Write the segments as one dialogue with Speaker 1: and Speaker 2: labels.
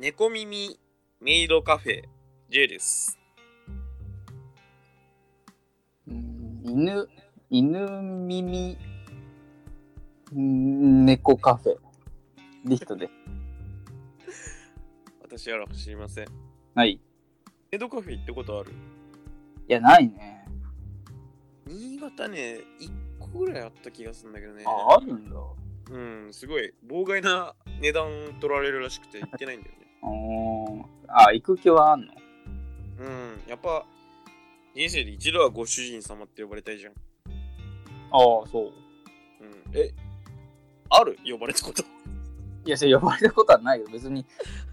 Speaker 1: 猫耳メイドカフェ J です。
Speaker 2: うん犬、犬耳、うん猫カフェ。リストです。
Speaker 1: 私やら知りません。
Speaker 2: はい。い
Speaker 1: メイドカフェ行ったことある
Speaker 2: や、ないね。
Speaker 1: 新潟ね、1個ぐらいあった気がするんだけどね。
Speaker 2: あ、あるんだ。
Speaker 1: うん、すごい妨害な値段取られるらしくて行ってないんだよね。
Speaker 2: おーあ、行く気はあんの
Speaker 1: うん、やっぱ人生で一度はご主人様って呼ばれたいじゃん。うん、
Speaker 2: ああ、そう。
Speaker 1: え、ある呼ばれたこと。
Speaker 2: いや、それ呼ばれたことはないよ。別 に、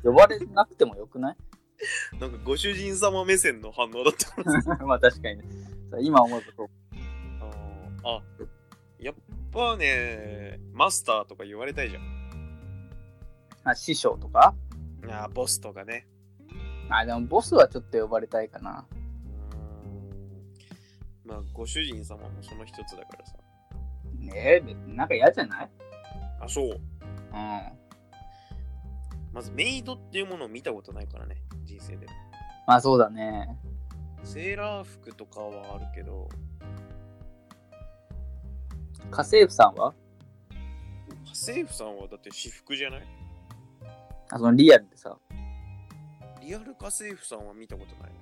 Speaker 2: 呼ばれなくてもよくない
Speaker 1: なんかご主人様目線の反応だったから さ
Speaker 2: まあ、確かにね。それ今思うとそう、
Speaker 1: あーあ、やっぱね、マスターとか言われたいじゃん。
Speaker 2: あ師匠とか
Speaker 1: あーボスとかね。
Speaker 2: あ、でも、ボスはちょっと呼ばれたいかな。
Speaker 1: うーんまあ、ご主人様もその一つだからさ。
Speaker 2: ねえ、別になんか嫌じゃない
Speaker 1: あ、そう。
Speaker 2: うん。
Speaker 1: まずメイドっていうものを見たことないからね、人生で。
Speaker 2: まあ、そうだね。
Speaker 1: セーラー服とかはあるけど、
Speaker 2: 家政婦さんは
Speaker 1: 家政婦さんはだって私服じゃない
Speaker 2: あ、そのリアルでさ。
Speaker 1: リアル家政婦さんは見たことない。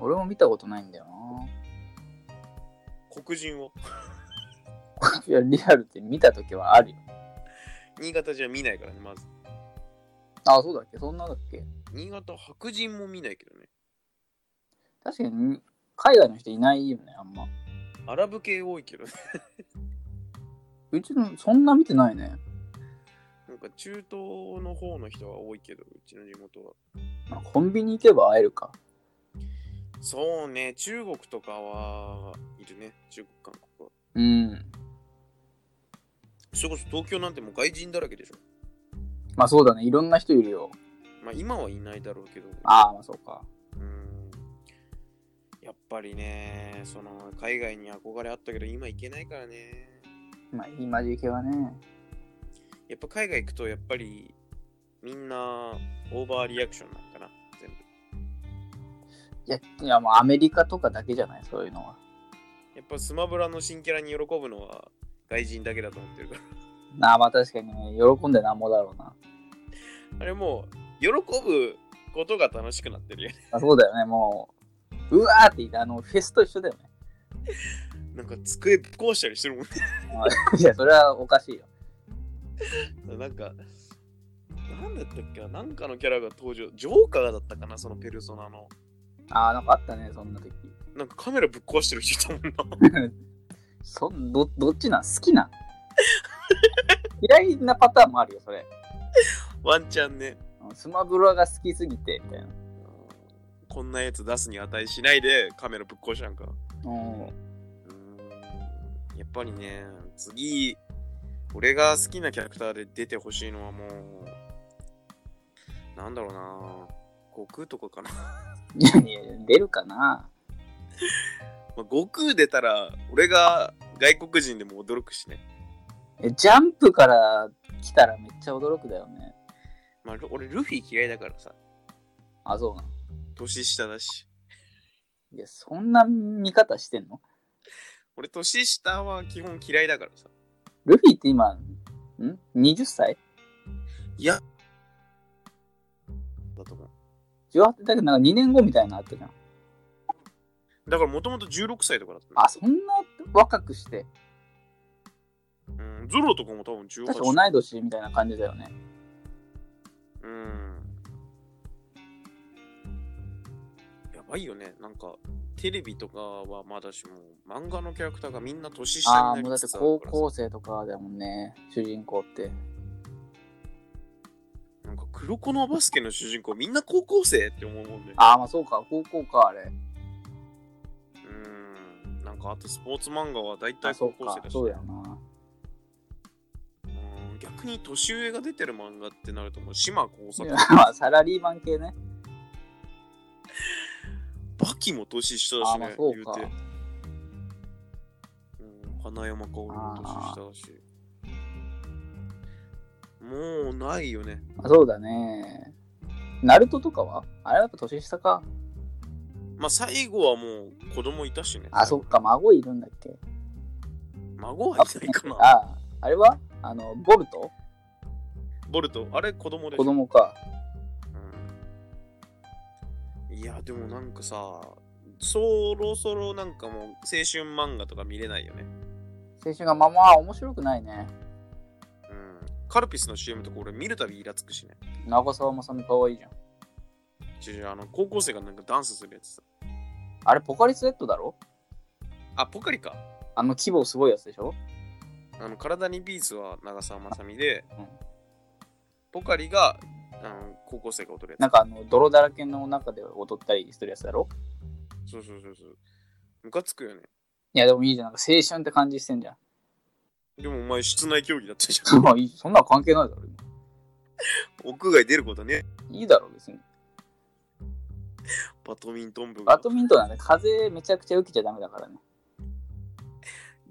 Speaker 2: 俺も見たことないんだよ
Speaker 1: 黒人を。
Speaker 2: な。いや、リアルって見たときはあるよ。
Speaker 1: 新潟じゃ見ないからね、まず。
Speaker 2: あ、そうだっけそんなだっけ
Speaker 1: 新潟白人も見ないけどね。
Speaker 2: 確かに、海外の人いないよね、あんま。
Speaker 1: アラブ系多いけどね。
Speaker 2: うちの、そんな見てないね。
Speaker 1: なんか中東の方の人は多いけど、うちの地元は。
Speaker 2: まあコンビニ行けば会えるか。
Speaker 1: そうね、中国とかはいるね、中国、韓国は。
Speaker 2: うん。
Speaker 1: それこそ東京なんてもう外人だらけでしょ。
Speaker 2: まあそうだね、いろんな人いるよ。
Speaker 1: まあ今はいないだろうけど。
Speaker 2: ああ、まあそうか。
Speaker 1: うん。やっぱりね、その海外に憧れあったけど今行けないからね。
Speaker 2: まあ、今時期はね。
Speaker 1: やっぱ海外行くとやっぱりみんなオーバーリアクションなんかな、全部。
Speaker 2: いや、いやもうアメリカとかだけじゃない、そういうのは。
Speaker 1: やっぱスマブラの新キャラに喜ぶのは外人だけだと思ってるから。
Speaker 2: なあ、まあ確かにね、喜んでなんぼだろうな。
Speaker 1: あれもう、喜ぶことが楽しくなってるよね。
Speaker 2: まあ、そうだよね、もう、うわーって言って、あの、フェスと一緒だよ ね。
Speaker 1: なんか机ぶっ壊したりしてるもんね
Speaker 2: まあいや、それはおかしいよ。
Speaker 1: なんか、なんだったっけななんかのキャラが登場。ジョーカーだったかなそのペルソナの。
Speaker 2: ああ、なんかあったね、そんな時。
Speaker 1: なんかカメラぶっ壊してる人いたもんな。
Speaker 2: そんどどっちなん好きなん嫌いなパターンもあるよ、それ。
Speaker 1: ワンチャンね。
Speaker 2: スマブラが好きすぎて、みたいな。
Speaker 1: こんなやつ出すに値しないでカメラぶっ壊したんか。
Speaker 2: うん。
Speaker 1: うーんやっぱりね、次、俺が好きなキャラクターで出てほしいのはもう、なんだろうな悟空とかかな。
Speaker 2: いやいや、出るかな
Speaker 1: まあ、悟空出たら、俺が外国人でも驚くしね。
Speaker 2: えジャンプから来たらめっちゃ驚くだよね。
Speaker 1: まあ、ル俺、ルフィ嫌いだからさ。
Speaker 2: あ、そうなの。
Speaker 1: 年下だし。
Speaker 2: いや、そんな見方してんの
Speaker 1: 俺、年下は基本嫌いだからさ。
Speaker 2: ルフィって今、ん ?20 歳
Speaker 1: いや。だと思
Speaker 2: ?18 だけどなんか2年後みたいなのあったじゃん。
Speaker 1: う。だから、もともと16歳とかだったね、
Speaker 2: あ、そんな若くして、
Speaker 1: うん、ゾロとかも多分18
Speaker 2: 確か同い年みたいな感じだよね。
Speaker 1: うん。やばいよね。なんか、テレビとかはまだしも、漫画のキャラクターがみんな年
Speaker 2: あ
Speaker 1: 下
Speaker 2: あ、
Speaker 1: に
Speaker 2: もう
Speaker 1: なり
Speaker 2: だって
Speaker 1: つつあ
Speaker 2: 高
Speaker 1: るからさ
Speaker 2: 校生とかだもんね、主人公って。
Speaker 1: なんか、黒子のバスケの主人公、みんな高校生って思うもんね。
Speaker 2: ああ、まあそうか、高校か、あれ。
Speaker 1: うん。なんか、あとスポーツ漫画は大
Speaker 2: あ
Speaker 1: 体
Speaker 2: そ
Speaker 1: 高校
Speaker 2: うか
Speaker 1: 生、だし、
Speaker 2: そうだよな。
Speaker 1: うん逆に年上が出てる漫画ってなると、もう島耕作、
Speaker 2: まあ、サラリーマン系ね。
Speaker 1: バキも年下だ
Speaker 2: あ
Speaker 1: し
Speaker 2: まあ
Speaker 1: ね、
Speaker 2: そうか
Speaker 1: 言うて。うん、花山薫も年下だし。もうないよね。
Speaker 2: まあ、そうだね。ナルトとかはあれはやっぱ年下か。
Speaker 1: まあ最後はもう子供いたしね。
Speaker 2: あ、そっか、孫いるんだっけ。
Speaker 1: 孫はいないかな。
Speaker 2: あ、あれはあの、ボルト
Speaker 1: ボルト、あれ子供でしょ
Speaker 2: 子供か。
Speaker 1: うんいや、でもなんかさ、そろそろなんかもう青春漫画とか見れないよね。
Speaker 2: 青春がまあまあ面白くないね。
Speaker 1: うん。カルピスの CM とか俺見るたびイラつくしね。
Speaker 2: 長澤まさみかわいいじゃん。
Speaker 1: ちょちょあの、高校生がなんかダンスするやつさ。
Speaker 2: あれ、ポカリスエットだろ
Speaker 1: あ、ポカリか。
Speaker 2: あの規模すごいやつでしょ
Speaker 1: あの、体にビーズは長澤まさみで、
Speaker 2: うん
Speaker 1: ポカリが、あの、高校生が踊る
Speaker 2: な
Speaker 1: や
Speaker 2: んかあの、泥だらけの中で踊ったりしてるやつだろ
Speaker 1: つ。そうそうそうそう。ムカつくよね。
Speaker 2: いや、でもいいじゃん。なんか青春って感じしてんじゃん。
Speaker 1: でもお前室内競技だったじゃん。
Speaker 2: まあいいそんなの関係ないだろ。
Speaker 1: 屋外出ることね。
Speaker 2: いいだろ、別に。
Speaker 1: バドミントン部が
Speaker 2: バ。ドミントンなんで風めちゃくちゃ受けちゃダメだからね。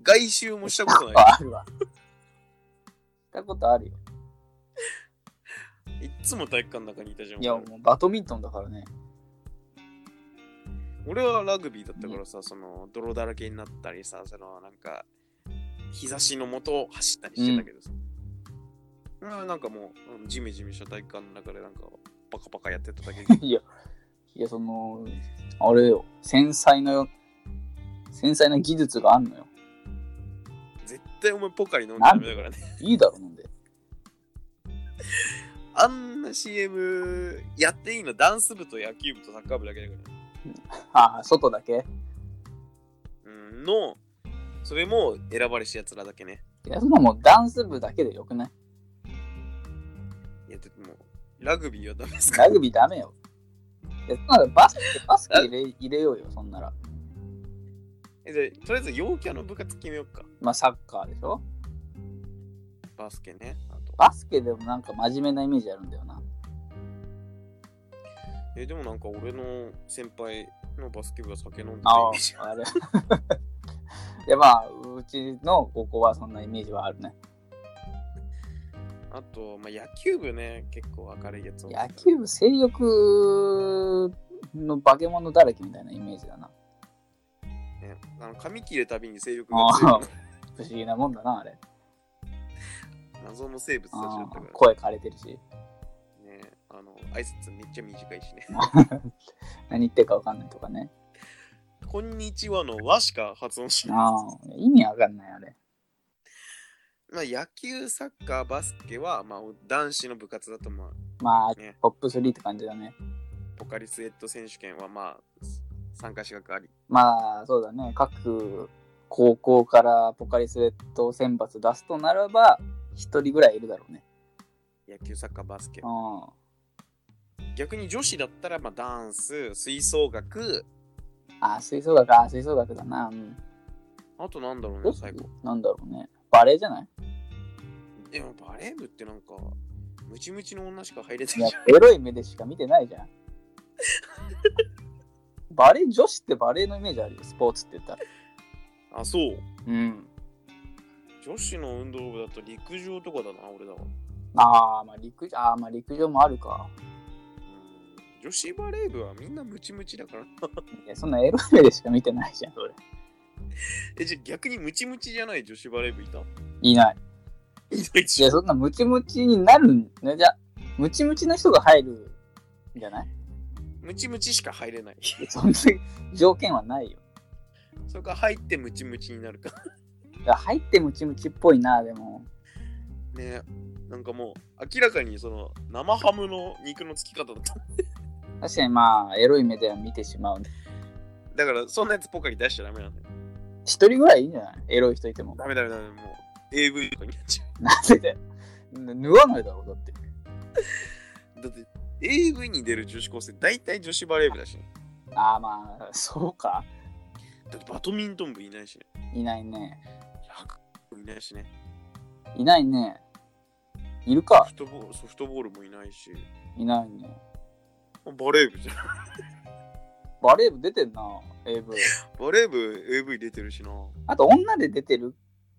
Speaker 1: 外周もしたことない。
Speaker 2: ああるわ。したことあるよ。
Speaker 1: いっつも体育館の中にいたじゃん。
Speaker 2: いや、もうバドミントンだからね。
Speaker 1: 俺はラグビーだったからさ、その泥だらけになったりさ、そのなんか日差しのもと走ったりしてたけどさ、うん、なんかもううんジメジメした体育館の中でなんかパカパカやってただけで
Speaker 2: いや、いや、その、あれよ、繊細な、繊細な技術があんのよ。
Speaker 1: 絶対お前ポカリ飲んじゃダメだからね。
Speaker 2: いいだろ、なんで。
Speaker 1: あんな CM やっていいのダンス部と野球部とサッカー部だけだから、
Speaker 2: ああ、外だけ。
Speaker 1: うん、の、それも選ばれしやつらだけね。
Speaker 2: いや、そんなもうダンス部だけでよくない
Speaker 1: いやってもうラグビーはダメですか
Speaker 2: ラグビーダメよ。いや、そんなのバスケ、バスケ入れ入れようよ、そんなら。
Speaker 1: えじゃあとりあえず陽キャの部活決めようか。
Speaker 2: まあ、サッカーでしょ
Speaker 1: バスケね。あと
Speaker 2: バスケでもなんか真面目なイメージあるんだよな。
Speaker 1: えでもなんか俺の先輩のバスケ部が酒飲んでたイ
Speaker 2: あ
Speaker 1: メージ
Speaker 2: あ、あれ。 いや、まあ、うちの高校はそんなイメージはあるね。
Speaker 1: あと、まあ、野球部ね結構明るいやつ多い
Speaker 2: 野球部、性欲の化け物だらけみたいなイメージだな。
Speaker 1: ねあの髪切るたびに性欲が強い
Speaker 2: 不思議なもんだな、あれ。
Speaker 1: 謎の生物たちだ
Speaker 2: あ
Speaker 1: ったか
Speaker 2: ー声枯れてるし、
Speaker 1: らねあの挨拶めっちゃ短いしね
Speaker 2: 何言ってるかわかんないとかね。
Speaker 1: こんにちはの和しか発音しない
Speaker 2: ああ、意味わかんない、あれ。
Speaker 1: まあ野球サッカーバスケは、まあ、男子の部活だとまあ
Speaker 2: まあ、
Speaker 1: ね
Speaker 2: トップ3って感じだね。
Speaker 1: ポカリスエット選手権はまあ参加資格あり
Speaker 2: まあ、そうだね。各高校からポカリスエット選抜出すとならば、一人ぐらいいるだろうね。
Speaker 1: 野球サッカーバスケ
Speaker 2: うん。
Speaker 1: 逆に女子だったらまあダンス吹奏楽
Speaker 2: あ、吹奏楽、あ、吹奏楽だな。うん。
Speaker 1: あとなんだろう
Speaker 2: え
Speaker 1: ね最後
Speaker 2: なんだろうね。バレエじゃない
Speaker 1: でもバレー部ってなんか、ムチムチの女しか入れて
Speaker 2: い
Speaker 1: な
Speaker 2: や
Speaker 1: いじゃん。
Speaker 2: エロい目でしか見てない じゃん。バレエ、女子ってバレエのイメージあるよ、スポーツって言ったら。
Speaker 1: あ、そう。
Speaker 2: うん。
Speaker 1: 女子の運動部だと陸上とかだな、俺だわ。
Speaker 2: あー、まあ、陸上、あーまあ、陸上もあるか。
Speaker 1: うん女子バレー部はみんなムチムチだから。
Speaker 2: いや、そんなエロい目でしか見てないじゃん、それ。
Speaker 1: え、じゃあ逆にムチムチじゃない女子バレー部いた
Speaker 2: いない。
Speaker 1: いない
Speaker 2: いや、そんなムチムチになるんじゃ、ムチムチの人が入るんじゃない
Speaker 1: ムチムチしか入れない。
Speaker 2: そんな条件はないよ。
Speaker 1: それか入ってムチムチになるか。
Speaker 2: だから入ってムチムチっぽいな、でも。
Speaker 1: ねなんかもう明らかにその生ハムの肉のつき方だった。
Speaker 2: 確かにまあ、エロい目では見てしまうね。
Speaker 1: だからそんなやつポカリ出しちゃダメなんだよ。
Speaker 2: 一人ぐらいいいんじゃないエロい人いても。
Speaker 1: ダメダメダメ、もう AV とかになっちゃ
Speaker 2: なんでだよ。脱がないだろう、だって。
Speaker 1: う。 だって AV に出る女子高生大体女子バレー部だしね。
Speaker 2: ああ、まあ、そうか。
Speaker 1: だってバドミントン部いないしね。
Speaker 2: いないね。
Speaker 1: 100部いないしね。
Speaker 2: いないね。いるか
Speaker 1: ソフトボールソフトボールもいないし。
Speaker 2: いないね。
Speaker 1: バレー部じゃん。
Speaker 2: バレー部出てんな、AV。
Speaker 1: バレー部 AV 出てるしな。
Speaker 2: あと、女で出てる、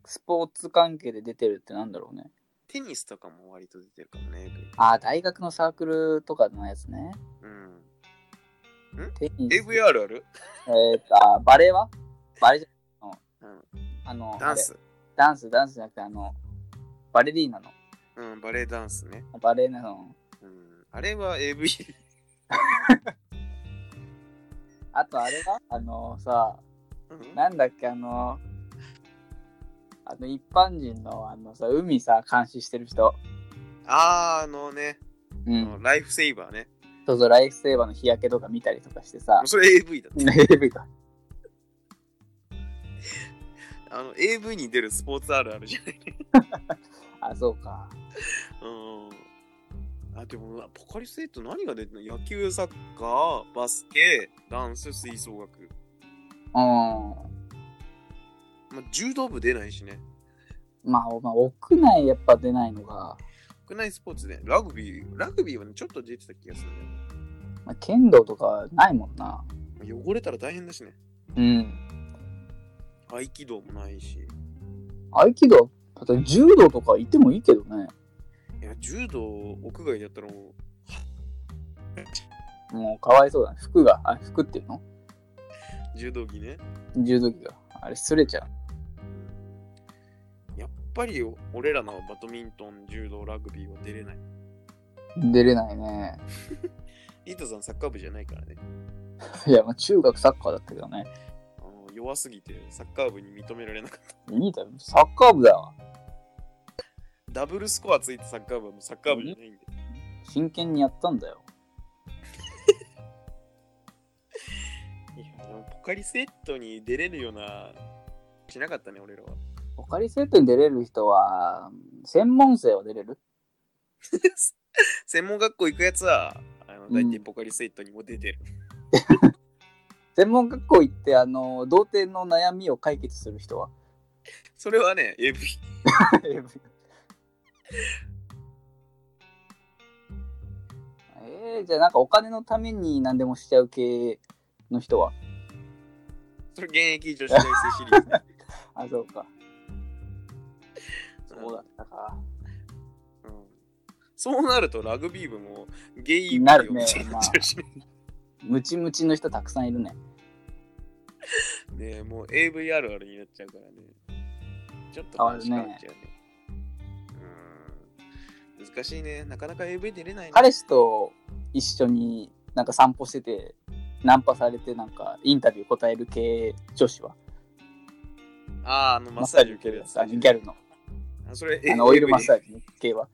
Speaker 2: スポーツ関係で出てるってなんだろうね。
Speaker 1: テニスとかも割と出てるかもね。
Speaker 2: ああ、大学のサークルとかのやつね。
Speaker 1: うん。
Speaker 2: テニス。
Speaker 1: AVR ある
Speaker 2: えー、とあバレエはバレエじゃない
Speaker 1: うん
Speaker 2: あの、
Speaker 1: ダンス。
Speaker 2: あれ。ダンス、ダンスじゃなくて、あの、バレリーナの。
Speaker 1: うん、バレエダンスね。
Speaker 2: バレーナの。
Speaker 1: うん。あれは AV。
Speaker 2: あと、あれはあのさ、
Speaker 1: うん
Speaker 2: なんだっけ、あの、あの、一般人の、あのさ、海さ、監視してる人。
Speaker 1: あー、あのね、あ
Speaker 2: うん。
Speaker 1: のライフセイバーね。
Speaker 2: そうそう、ライフセーバーの日焼けとか見たりとかしてさ
Speaker 1: も う、それ AV だって。
Speaker 2: AV か。
Speaker 1: あの AV に出るスポーツあるあるじゃない。
Speaker 2: あ、そうか。
Speaker 1: うん。あ、でも、ポカリスエット何が出てるの野球、サッカー、バスケ、ダンス、吹奏楽。
Speaker 2: うん。
Speaker 1: まあ、柔道部出ないしね。
Speaker 2: まあ、まあ、屋内やっぱ出ないのが、
Speaker 1: 国内スポーツね。ラグビー、ラグビーはね、ちょっと出てた気がするね。
Speaker 2: まあ、剣道とかないもんな。
Speaker 1: まあ汚れたら大変だしね。
Speaker 2: うん。
Speaker 1: 合気道もないし。
Speaker 2: 合気道、だって柔道とか行ってもいいけどね。
Speaker 1: いや、柔道、屋外だったらも
Speaker 2: もうかわいそうだね。服が、あ、服っていうの
Speaker 1: う、柔道着ね。
Speaker 2: 柔道着が。あれ、擦れちゃう。
Speaker 1: やっぱり、俺らのバドミントン、柔道、ラグビーは出れない。
Speaker 2: 出れないね。
Speaker 1: リートさん、サッカー部じゃないからね。
Speaker 2: いや、まあ、中学サッカーだったけどね。
Speaker 1: あの弱すぎて、サッカー部に認められなかった。
Speaker 2: いいだろ。サッカー部だわ。
Speaker 1: ダブルスコアついてサッカー部はもうサッカー部じゃないんで。
Speaker 2: 真剣にやったんだよ。
Speaker 1: いや、でもポカリスエットに出れるような、しなかったね、俺らは。
Speaker 2: ポカリスエットに出れる人は、専門生は出れる
Speaker 1: 専門学校行くやつは、あの
Speaker 2: うん
Speaker 1: 大体ポカリスエットにも出てる。
Speaker 2: 専門学校行って、あの、童貞の悩みを解決する人は
Speaker 1: それはね、AV。
Speaker 2: えー、じゃあなんかお金のために何でもしちゃう系の人は
Speaker 1: それ現役女子大生シリーズ、ね。
Speaker 2: あ、そうか。 そうだったか。
Speaker 1: うんそうなるとラグビー部もゲイ部
Speaker 2: なる ね
Speaker 1: みたいになっちゃうしね。
Speaker 2: ムチムチの人たくさんいるね。
Speaker 1: ねえもう AV あるあるになっちゃうからね。ちょっと話変わっちゃうね。うーん難しいね。なかなか AV 出れないね。
Speaker 2: 彼氏と一緒になんか散歩してて、ナンパされてなんかインタビュー答える系女子は。
Speaker 1: ああ、あのマッサージ受けるやつ。
Speaker 2: あのギャルの。
Speaker 1: あそれ、
Speaker 2: あのオイルマッサージの系は。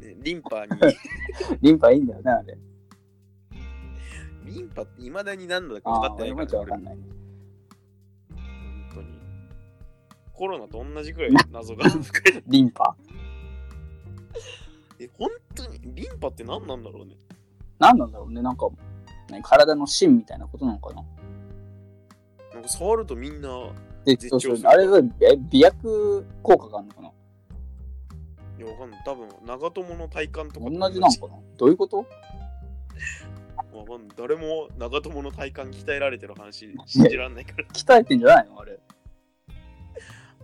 Speaker 1: ジ。ねリンパに。
Speaker 2: リンパいいんだよね、あれ。
Speaker 1: リンパっていまだに何だか分
Speaker 2: あ
Speaker 1: か
Speaker 2: あ
Speaker 1: っ
Speaker 2: ー、
Speaker 1: てない
Speaker 2: 俺
Speaker 1: か
Speaker 2: も
Speaker 1: ら
Speaker 2: よくわかんない。
Speaker 1: 本当に。コロナと同じくらい謎が 深い。
Speaker 2: リンパ
Speaker 1: え、本当にリンパって何なんだろうね。
Speaker 2: 何なんだろうね、なんか、ね体の芯みたいなことなのかな。
Speaker 1: なんか触るとみんな、
Speaker 2: で、
Speaker 1: 絶頂する
Speaker 2: あれはえ美薬効果があるのかない
Speaker 1: や、わかんない。多分長友の体感とか
Speaker 2: 同
Speaker 1: と
Speaker 2: じなのかなどういうこと
Speaker 1: わかんない。誰も長友の体感鍛えられてる話信じらんないから。
Speaker 2: 鍛えてんじゃないのあれ。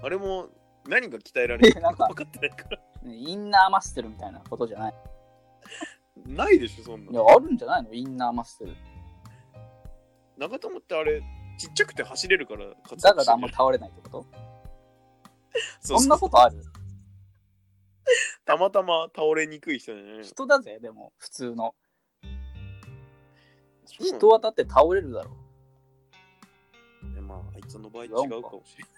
Speaker 1: あれも何が鍛えられてる
Speaker 2: な
Speaker 1: か
Speaker 2: んか
Speaker 1: 分かってないから。
Speaker 2: ねインナーマッスルみたいなことじゃない。
Speaker 1: ないでしょ、そん
Speaker 2: い
Speaker 1: な
Speaker 2: や
Speaker 1: の。、
Speaker 2: あるんじゃないのインナーマッスル。
Speaker 1: 長友ってあれ、ちっちゃくて走れるから活
Speaker 2: だ
Speaker 1: 躍して
Speaker 2: か
Speaker 1: る
Speaker 2: らあんま倒れないってこと
Speaker 1: そ
Speaker 2: そ
Speaker 1: うんそ
Speaker 2: な
Speaker 1: う
Speaker 2: ことある
Speaker 1: たまたま倒れにくい人じゃないの
Speaker 2: 人だぜ、でも、普通の。
Speaker 1: そうなの
Speaker 2: 人はだって倒れるだろ
Speaker 1: でまあ、あいつの場合違うかもしれない。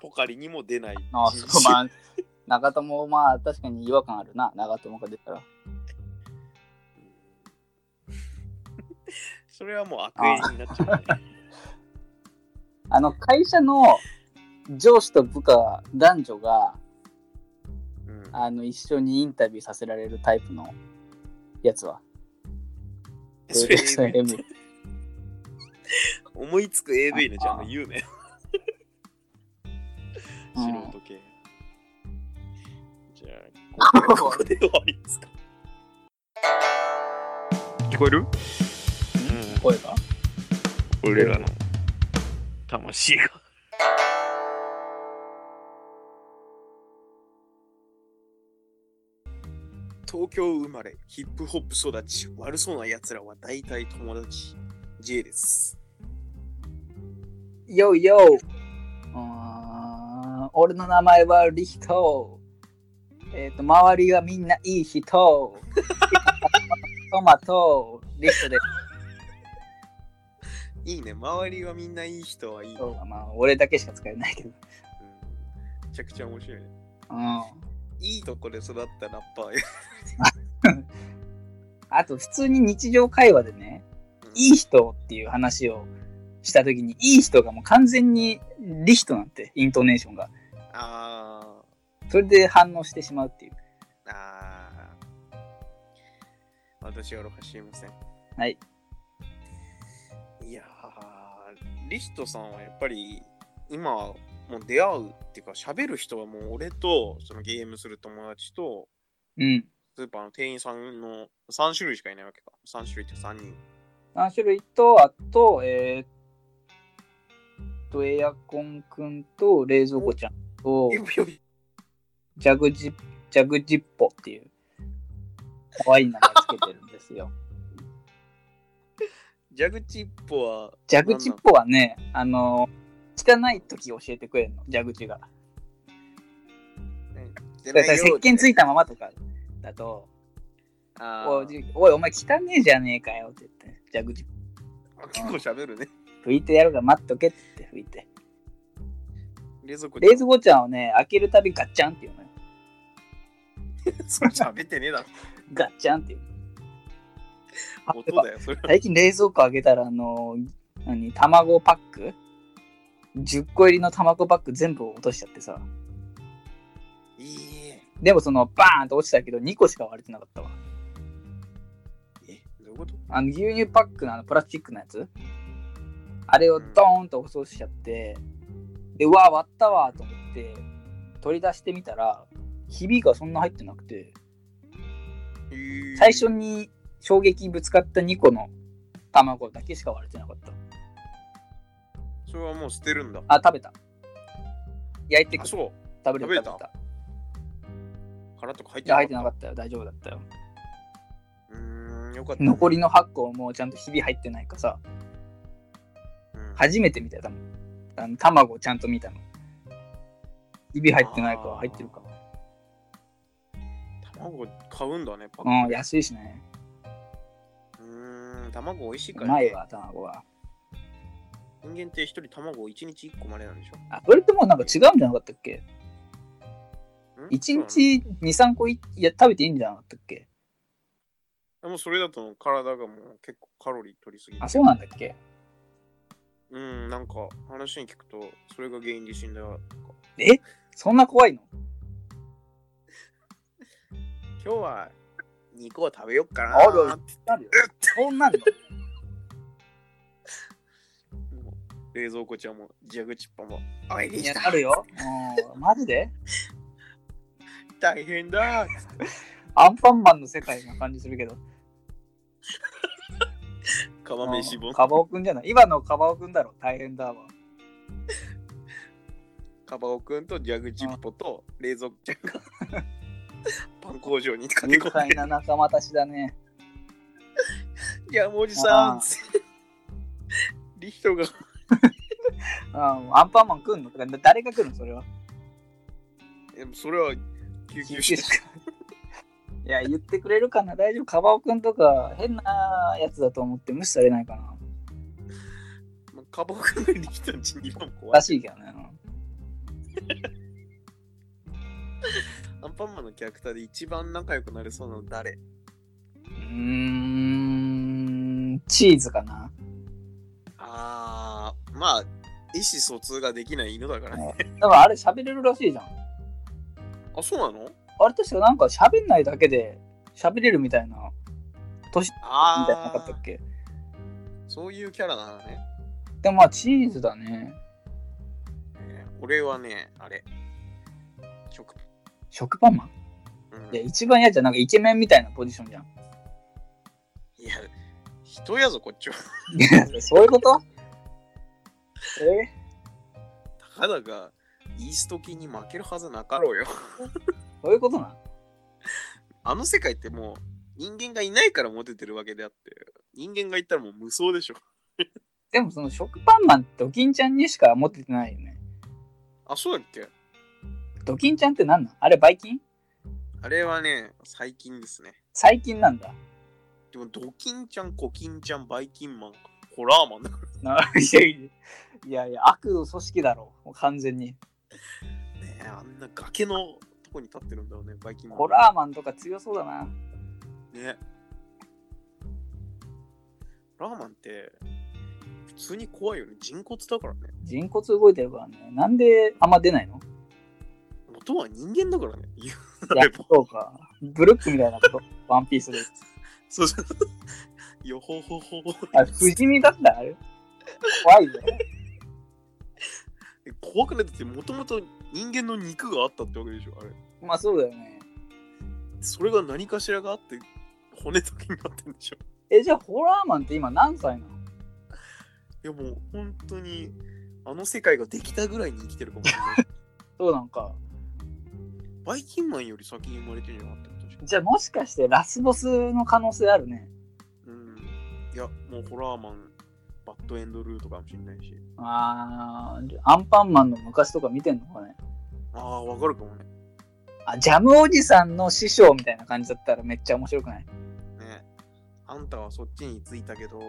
Speaker 1: ポカリにも出ない。
Speaker 2: ああ、そう、まあ、 長友、まあ、確かに違和感あるな、長友が出たら。
Speaker 1: それはもう悪縁になっちゃう、ね。
Speaker 2: あの、会社の上司と部下、男女が、
Speaker 1: うん、
Speaker 2: あの、一緒にインタビューさせられるタイプのやつは。
Speaker 1: それ
Speaker 2: それ
Speaker 1: AV
Speaker 2: AV
Speaker 1: 思いつく AV のジャンル言うね。
Speaker 2: う
Speaker 1: 素
Speaker 2: ん
Speaker 1: 人系。じゃあ、ここここで終わりですか。聞こえるうん。
Speaker 2: 声 が
Speaker 1: 俺らの魂が。東京生まれ、ヒップホップ育ち、悪そうな奴らは大体友達、J です。
Speaker 2: よいようーん俺の名前はリヒト。えっ、と、周りがみんない い人。トマト、リヒトです。
Speaker 1: いいね、周りはみんないい人はいい。うん
Speaker 2: まあ、俺だけしか使えないけど。
Speaker 1: めちゃくちゃ面白いね。
Speaker 2: うん。
Speaker 1: いいとこで育ったラッパー。
Speaker 2: あと、普通に日常会話でね、いい人っていう話をしたときに、いい人がもう完全にリヒトなんて、イントネーションが。
Speaker 1: あ
Speaker 2: それで反応してしまうっていう。
Speaker 1: ー、あー。私はロハ知りません。
Speaker 2: はい。
Speaker 1: いやー、リヒトさんはやっぱり今もう出会うっていうか喋る人はもう俺とそのゲームする友達と
Speaker 2: うん。
Speaker 1: スーパーの店員さんの3種類しかいないわけか。3種類って3人。
Speaker 2: 3種類と、あと、えーっと、エアコンくんと、冷蔵庫ちゃんと、 ジャグジ、ジャグジッポっていう、可愛い名前つけてるんですよ。
Speaker 1: ジャグチッポは
Speaker 2: ジャグジッポはね、あの、汚い時教えてくれるの、蛇口が。
Speaker 1: 石
Speaker 2: だから石鹸ついたままとかだと、お
Speaker 1: あ
Speaker 2: い
Speaker 1: ー
Speaker 2: おい、お前汚ねえじゃねえかよって言って、蛇口
Speaker 1: 結構喋るね。
Speaker 2: 拭いてやるから待っとけって言って拭いて。
Speaker 1: 冷蔵庫
Speaker 2: 冷蔵庫ちゃんをね、開けるたびガッチャンっていうのよ。
Speaker 1: それ喋ってねえだろ。
Speaker 2: ガッチャンっていうの。
Speaker 1: 音だよ、 それは。
Speaker 2: 最近冷蔵庫開けたら、あの、何、卵パック ?10 個入りの卵パック全部落としちゃってさ。
Speaker 1: いいえ。
Speaker 2: でもその、バーンと落ちたけど、2個しか割れてなかったわ。
Speaker 1: え、どういうこと
Speaker 2: あの、牛乳パックのあの、プラスチックのやつあれをドーンと落としちゃって、で、うわ、割ったわと思って、取り出してみたら、ひびがそんな入ってなくて、最初
Speaker 1: に。
Speaker 2: に衝撃ぶつかった2個の卵だけしか割れてなかった。
Speaker 1: それはもう捨てるんだ。
Speaker 2: あ、食べた。焼いて
Speaker 1: あ、
Speaker 2: 食
Speaker 1: そう。
Speaker 2: べれ
Speaker 1: 食べ
Speaker 2: る
Speaker 1: れ
Speaker 2: 食
Speaker 1: た
Speaker 2: べた。
Speaker 1: 殻とか入っ
Speaker 2: い
Speaker 1: て
Speaker 2: や
Speaker 1: なかっ
Speaker 2: 入ったてなかったよ大丈夫だったよ
Speaker 1: うーん、よかった。
Speaker 2: 残りの8個もちゃんとひび入ってないかさ
Speaker 1: うん
Speaker 2: 初めて見たよ多分あの卵をちゃんと見たのひび入ってないか
Speaker 1: あー
Speaker 2: 入ってるか
Speaker 1: 卵買うんだね、パ
Speaker 2: う
Speaker 1: ッ
Speaker 2: ん安いしね
Speaker 1: ク。うーん、卵美味しいうから、ね。
Speaker 2: まいわ卵は
Speaker 1: 人間って一人卵一日一個までなんでしょ
Speaker 2: あそれってもうなんか違うんじゃなかったっけ
Speaker 1: ん
Speaker 2: 1日23個いいや食べていいんじゃなかったっけ
Speaker 1: でもうそれだと体がもう結構カロリー取りすぎて
Speaker 2: あそうなんだっけ
Speaker 1: うんなんか話に聞くとそれが原因で死んだよ
Speaker 2: えそんな怖いの
Speaker 1: 今日は肉を食べよっかな
Speaker 2: あら
Speaker 1: ーって
Speaker 2: なるよそんなんの
Speaker 1: もう冷蔵庫ちゃんも蛇口っぱもおいで
Speaker 2: い
Speaker 1: し
Speaker 2: や
Speaker 1: た
Speaker 2: なるようんマジで
Speaker 1: 大変だー
Speaker 2: アンパンマンの世界な感じするけど
Speaker 1: 釜飯本
Speaker 2: カバオくんじゃない今のカバオくんだろ大変だわ
Speaker 1: カバオくんと蛇口っぽと冷蔵庫ちゃんが パン工場に駆け込
Speaker 2: 愉
Speaker 1: ん
Speaker 2: 快
Speaker 1: で
Speaker 2: な仲間たちだね。
Speaker 1: 「 いやもうおじさ
Speaker 2: あ
Speaker 1: ん」リヒトが
Speaker 2: うん、アンパンマン来んのとか誰が来るのそれは。
Speaker 1: でもそれは救急 車
Speaker 2: いや、言ってくれるかな大丈夫カバオくんとか変なやつだと思って無視されないかな
Speaker 1: まあカバオくんがリヒトのちに今も怖
Speaker 2: ら
Speaker 1: い
Speaker 2: しいけどね。うん
Speaker 1: アンパンマンのキャラクターで一番仲良くなれそうなの誰
Speaker 2: うーん、チーズかな。
Speaker 1: あーまあ意思疎通ができない犬だからね
Speaker 2: だからあれ喋れるらしいじゃん。
Speaker 1: あそうなの
Speaker 2: あれ確かなんか喋んないだけで喋れるみたいな、みたいなのなか
Speaker 1: あ
Speaker 2: ったっ
Speaker 1: あ
Speaker 2: け
Speaker 1: そういうキャラなのね
Speaker 2: でもまあチーズだね。
Speaker 1: えー俺はねあれ食
Speaker 2: 食パンマン
Speaker 1: うん
Speaker 2: いや、一番嫌じゃん。なんかイケメンみたいなポジションじゃん。
Speaker 1: いや、人やぞ、こっちは。
Speaker 2: いやそういうことえ
Speaker 1: たかだが、イーストキに負けるはずなかろうよ。
Speaker 2: そういうことなん
Speaker 1: あの世界ってもう人間がいないからモテてるわけであって、人間がいたらもう無双でしょ。
Speaker 2: でもその食パンマンってドキンちゃんにしかモテてないよね。
Speaker 1: あ、そうだっけ
Speaker 2: ドキンちゃんって何なんあれバイキン
Speaker 1: あれはね、最近ですね。
Speaker 2: 最近なんだ。
Speaker 1: でも、ドキンちゃん、コキンちゃん、バイキンマン、ホラーマンだか
Speaker 2: ない やいやいやいや、悪の組織だろ、もう完全に。
Speaker 1: らね。あんな崖のとこに立ってるんだろうね、バイキンマン。
Speaker 2: ホラーマンとか強そうだな。
Speaker 1: ね。ホラーマンって、普通に怖いよね。人骨だからね。
Speaker 2: 人骨動いてるからね。なんであんま出ないの
Speaker 1: 元は人間だからね。言う
Speaker 2: い
Speaker 1: なれ
Speaker 2: や
Speaker 1: ば。
Speaker 2: そうか。ブルックみたいなこと。ワンピースで。
Speaker 1: そうそう。よほほほほ。
Speaker 2: あ、不死身だったあれ怖いね。
Speaker 1: 怖くないだって、もともと人間の肉があったってわけでしょ、あれ。
Speaker 2: まあそうだよね。
Speaker 1: それが何かしらがあって、骨とけになってんでしょ。
Speaker 2: え、じゃあホラーマンって今何歳なの
Speaker 1: いやもう本当にあの世界ができたぐらいに生きてるかもしれ ない。
Speaker 2: そうなんか。
Speaker 1: バイキンマンより先に生まれてるんじゃなかった確か
Speaker 2: じゃあもしかしてラスボスの可能性あるね。
Speaker 1: うん。いや、もうホラーマン、バッドエンドルーとかもしれないし。
Speaker 2: あー、アンパンマンの昔とか見てんのかね。
Speaker 1: ああ、わかるかもね。
Speaker 2: あ、ジャムおじさんの師匠みたいな感じだったらめっちゃ面白くない
Speaker 1: ねあんたはそっちに着いたけど、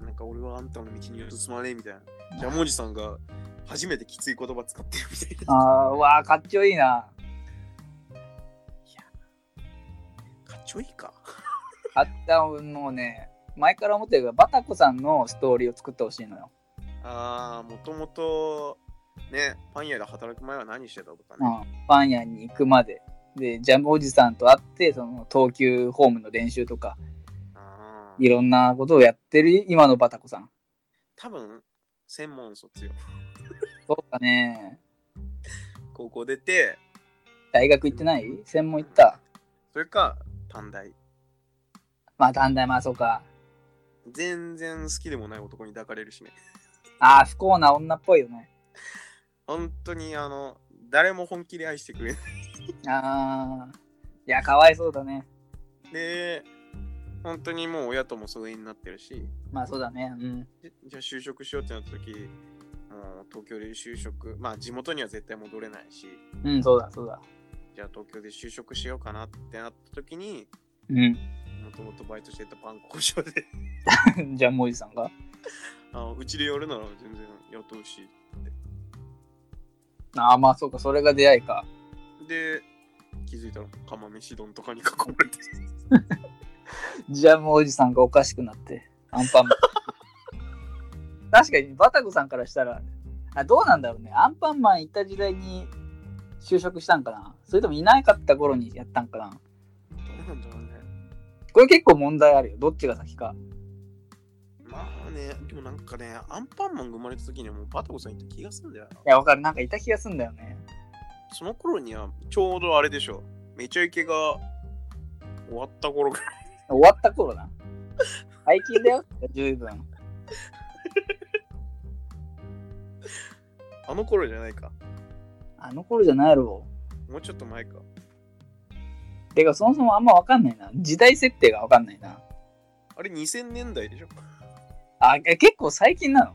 Speaker 1: なんか俺はあんたの道には進まねえみたいな。ジャムおじさんが初めてきつい言葉使ってるみたいな。
Speaker 2: あー、うわー、かっちょいいな。
Speaker 1: かっちょいいか。
Speaker 2: あったもうね、前から思ってるけど、バタコさんのストーリーを作ってほしいのよ。
Speaker 1: ああ、もともと、ね、パン屋で働く前は何してたとか
Speaker 2: う
Speaker 1: ね。
Speaker 2: ん、パン屋に行くまで。で、ジャムおじさんと会って、その投球フォームの練習とか、
Speaker 1: ああ
Speaker 2: いろんなことをやってる今のバタコさん。
Speaker 1: 多分、専門卒業。
Speaker 2: そうだね。
Speaker 1: 高校出て、
Speaker 2: 大学行ってない専門行った。
Speaker 1: それか、短大。
Speaker 2: まあ、短大、まあそうか。
Speaker 1: 全然好きでもない男に抱かれるしね。
Speaker 2: ああ、不幸な女っぽいよね。
Speaker 1: 本当に、あの、誰も本気で愛してくれない。
Speaker 2: ああ。いや、かわいそうだね。
Speaker 1: で、本当にもう親とも疎遠になってるし、
Speaker 2: まあそうだね。うん。
Speaker 1: じじゃあ就職しようってなった時、もう東京で就職、まあ地元には絶対戻れないし、
Speaker 2: うん、そうだ、そうだ。
Speaker 1: じゃあ東京で就職しようかなってなった時に、
Speaker 2: うん。
Speaker 1: もともとバイトしてたパン工場で、
Speaker 2: じゃあ、モイさんが。
Speaker 1: あのうちでやるなら全然雇うし、
Speaker 2: ああ、まあそうか、それが出会いか。
Speaker 1: で、気づいたら釜飯丼とかに囲まれて
Speaker 2: ジャムおじさんがおかしくなって、アンパンマン。確かに、バタコさんからしたら、あどうなんだろうね。アンパンマン行った時代に就職したんかなそれともいなかった頃にやったんかな
Speaker 1: どうなんだろうね。
Speaker 2: これ結構問題あるよ。どっちが先か。
Speaker 1: まあね、でもなんかね、アンパンマンが生まれた時にはもうバタコさんいた気がするんだよな。
Speaker 2: いや、わかる。なんかいた気がすんだよね。
Speaker 1: その頃にはちょうどあれでしょ。めちゃイケが終わった頃 から。
Speaker 2: 終わった頃な。最近だよ、十分。
Speaker 1: あの頃じゃないか。
Speaker 2: あの頃じゃないやろ。
Speaker 1: もうちょっと前か。
Speaker 2: てか、そもそもあんまわかんないな。時代設定がわかんないな。
Speaker 1: あれ2000年代でしょ。
Speaker 2: あ、え結構最近なの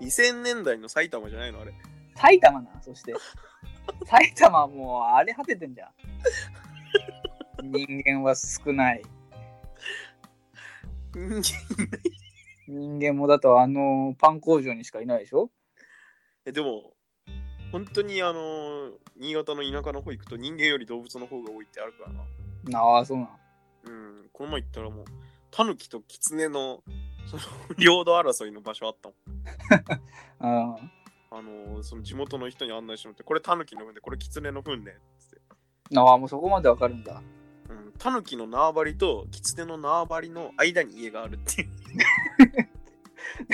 Speaker 1: 2000年代の埼玉じゃないのあれ。
Speaker 2: 埼玉な、そして。埼玉はもう荒れ果ててんじゃん。人間は少ない。
Speaker 1: うん
Speaker 2: 人間もだとあのパン工場にしかいないでしょ
Speaker 1: えでも、本当にあの、新潟の田舎の方行くと人間より動物の方が多いってあるからな。
Speaker 2: ああ、そうなの。
Speaker 1: うん、この前行ったらもう、タヌキとキツネのその 領土争いの場所あったもん。
Speaker 2: あー
Speaker 1: あのーその地元の人に案内してもらって、これタヌキの糞で、これキツネの糞ね。つって。
Speaker 2: あー、もうそこまでわかるんだ。
Speaker 1: うん、タヌキの縄張りとキツネの縄張りの間に家があるっていう。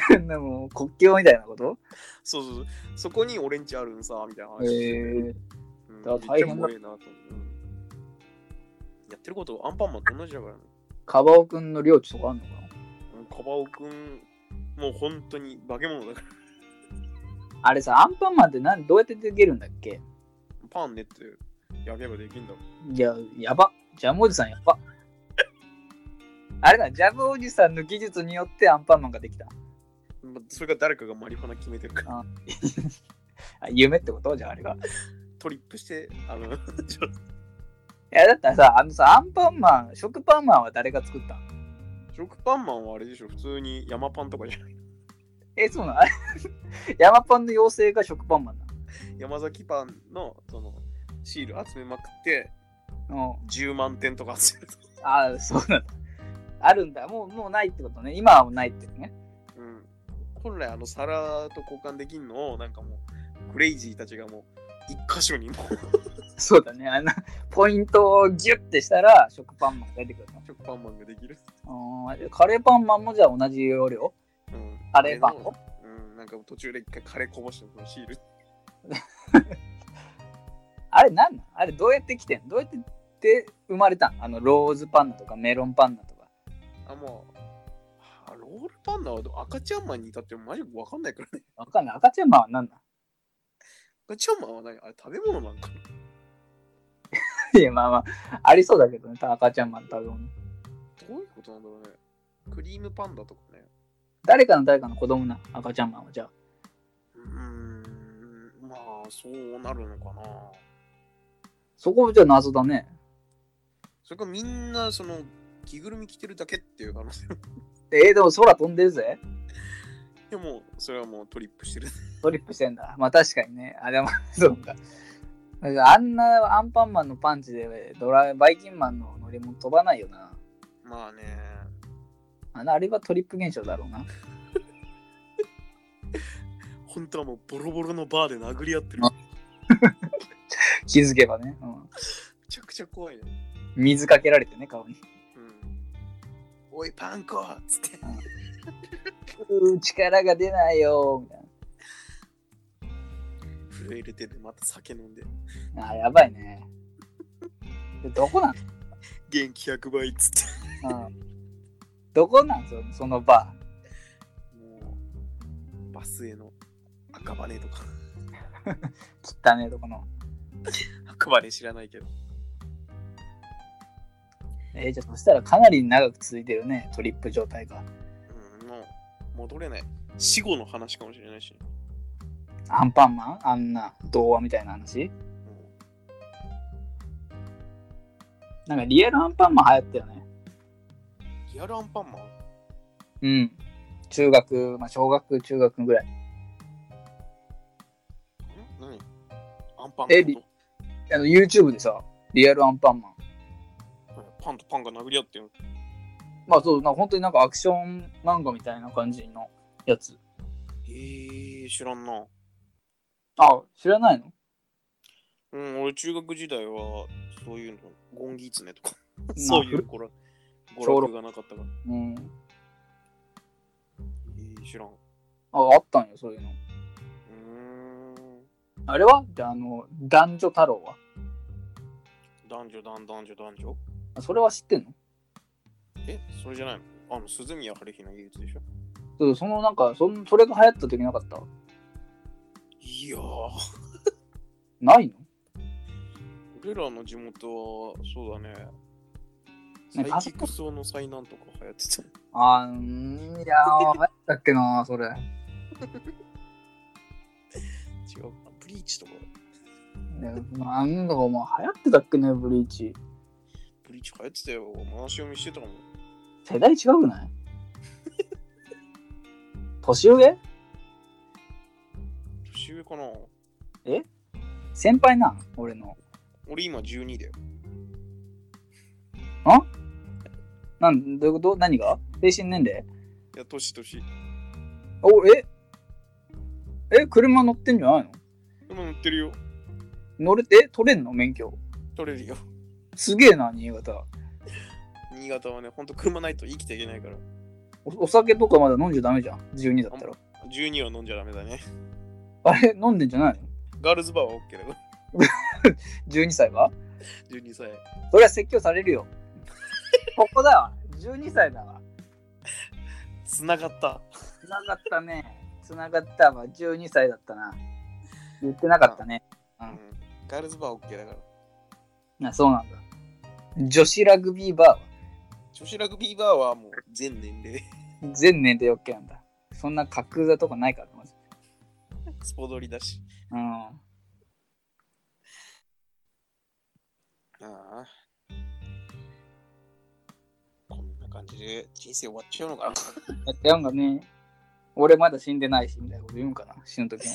Speaker 2: でも国境みたいなこと
Speaker 1: そうそうそう。そこに俺んちあるんさ、みたいな
Speaker 2: え
Speaker 1: 話してて。
Speaker 2: ー、
Speaker 1: うん
Speaker 2: だか
Speaker 1: め
Speaker 2: ら大
Speaker 1: っちゃ
Speaker 2: 変だ
Speaker 1: 怖いなと思う。うんやってることアンパンマンと同じだからね。
Speaker 2: カバオくんの領地とかあんのかな
Speaker 1: うんカバオくん、もう本当に化け物だから。
Speaker 2: あれさ、アンパンマンってなんどうやって出てるんだっけ
Speaker 1: パンねってやればできんだろ。
Speaker 2: いや、やば。 ジャムおじさんやっぱ。あれだ、ジャムおじさんの技術によってアンパンマンができた。
Speaker 1: まそれが誰かがマリファナ決めてるから、
Speaker 2: あ夢ってことじゃああれが。い
Speaker 1: トリップして、あの、 ちょ
Speaker 2: や、だったらさ、あのさ、アンパンマン、食パンマンは誰が作ったの
Speaker 1: 食パンマンはあれでしょ、普通に山パンとかじゃない。
Speaker 2: え、そうなの 山パンの妖精が食パンマンな
Speaker 1: 山崎パンの、その、シール集めまくって、
Speaker 2: の。うん。
Speaker 1: 10万点とか集めた。
Speaker 2: ああ、そうなんだ。あるんだ。もう、もうないってことね。今はもうないってね。
Speaker 1: うん。本来、あの、皿と交換できんのを、なんかもう、クレイジーたちがもう、一箇所にもう
Speaker 2: そうだね。あの、ポイントをギュッてしたら、食パンマンが出てくる
Speaker 1: 食パンマンができる。
Speaker 2: の。うん。カレーパンマンもじゃあ同じ要領
Speaker 1: うん。
Speaker 2: カレーパン
Speaker 1: のうん、なんか途中で一回カレーこぼして、このシール。
Speaker 2: あれなんなんあれどうやって来てんどうやってで生まれたんあのローズパンナとかメロンパンナとか。
Speaker 1: あ、もう、あロールパンナは赤ちゃんマンに至ってもマジわかんないからね。
Speaker 2: わかんない。赤ちゃんマンは何な
Speaker 1: 赤ちゃんマンは何あれ食べ物なんか
Speaker 2: ん いやまあまあ、ありそうだけどね。赤ちゃんマンの食べ物。
Speaker 1: どういうことなんだろうね。クリームパンダとかね。
Speaker 2: 誰かの誰かの子供な赤ちゃんマンはじゃあ。
Speaker 1: うーん、まあ、そうなるのかな。
Speaker 2: そこじゃ謎だね。
Speaker 1: それかみんな、その、着ぐるみ着てるだけっていう可能性も。
Speaker 2: えー、でも空飛んでるぜ。
Speaker 1: でも、それはもうトリップしてる。
Speaker 2: トリップしてんだ。まあ確かにね。あ、でも、 そうか。だからあんなアンパンマンのパンチでドラバイキンマンの乗り物飛ばないよな。
Speaker 1: まあね。
Speaker 2: あのあれはトリップ現象だろうな。
Speaker 1: 本当はもうボロボロのバーで殴り合ってる。
Speaker 2: あ
Speaker 1: め
Speaker 2: 気づけばね。うん、
Speaker 1: ちゃくちゃ怖いね。
Speaker 2: 水かけられてね、顔に。
Speaker 1: うん。おい、パンコっつって。
Speaker 2: うー力が出ないよみたい
Speaker 1: 震える手でまた酒飲んで。
Speaker 2: な。あーやばいね。でどこなん
Speaker 1: 元気100倍っつって。
Speaker 2: うん、どこなんそのそのバ
Speaker 1: もう、バスへの赤羽とか。
Speaker 2: ー。汚ねえとこの。
Speaker 1: 赤羽知らないけど。
Speaker 2: えーじゃあそしたらかなり長く続いてるね、トリップ状態が。
Speaker 1: うん、もう戻れない。死後の話かもしれないし。
Speaker 2: アンパンマンあんな童話みたいな話
Speaker 1: うん
Speaker 2: なんかリアルアンパンマン流行ったよね。
Speaker 1: リアルアンパンマン
Speaker 2: うん。中学、まあ、小学、中学ぐらい。
Speaker 1: ん何アンパンマン
Speaker 2: えりあの、YouTube でさ、リアルアンパンマン。
Speaker 1: とうんパンとパンが殴り合ってる。
Speaker 2: まあそう、なんか本当になんかアクション漫画みたいな感じのやつ。
Speaker 1: えー、知らんな。
Speaker 2: あ、知らないの
Speaker 1: うん、俺中学時代は、そういうの、ゴンギツネとか、
Speaker 2: あ
Speaker 1: そういう娯楽
Speaker 2: ち
Speaker 1: 娯
Speaker 2: ょうど
Speaker 1: 楽がなかったから。
Speaker 2: う
Speaker 1: え
Speaker 2: ん。
Speaker 1: ー、知らん。う
Speaker 2: あ、あったんよ、そういうの。
Speaker 1: ーん。
Speaker 2: あれはじゃあ、あの、男女太郎は
Speaker 1: 男女、男男女、男女
Speaker 2: あそれは知ってんの
Speaker 1: え、それじゃないのあの、鈴宮春日の憂鬱でしょ
Speaker 2: そうそのなんかそん、それが流行った時なかった
Speaker 1: いやー、
Speaker 2: ないの
Speaker 1: 俺らの地元は、そうだね。サ
Speaker 2: ね
Speaker 1: イキック層の災難とか流行ってた。
Speaker 2: あーんいやー、流行ったっけなー、それ。ね
Speaker 1: 違うか。ブリーチとか。
Speaker 2: なんだかお前、流行ってたっけね、ブリーチ。
Speaker 1: ブリーチ流行ってたよ。回し読みしてたもん。
Speaker 2: 世代違くない 年上
Speaker 1: 年上かな
Speaker 2: 先輩なん俺の。
Speaker 1: 俺今12だよ。
Speaker 2: なんどういうこと何が精神年齢
Speaker 1: いや、年年。
Speaker 2: お、ええ、車乗ってんじゃないの
Speaker 1: 今乗ってるよ。
Speaker 2: 乗れて取れんの免許。
Speaker 1: 取れるよ。
Speaker 2: すげえな、新潟。
Speaker 1: 新潟はね、ほんと車ないと生きていけないから。
Speaker 2: おお酒とかまだ飲んじゃダメじゃん。12だったら。
Speaker 1: 12は飲んじゃダメだね。
Speaker 2: あれ飲んでんじゃないの
Speaker 1: ガールズバーは OK だから。
Speaker 2: ?12 歳は
Speaker 1: 12歳。
Speaker 2: そりゃ説教されるよ。ここだわ。12歳だわ。
Speaker 1: つながった。
Speaker 2: つながったね。つながったわ。12歳だったな。言ってなかったね。
Speaker 1: うん。ガールズバーは OK だから。
Speaker 2: あそうなんだ。女子ラグビーバ
Speaker 1: 女子ラグビーバーはもう全年齢、
Speaker 2: ーは全年で OK なんだ。そんな架空だとかないからと思って
Speaker 1: スポドリだし。
Speaker 2: うん。
Speaker 1: ああ。こんな感じで人生終わっちゃうの かな。
Speaker 2: だってなんかね、俺まだ死んでないし、みたいなこと言うんかな、死ぬ時も。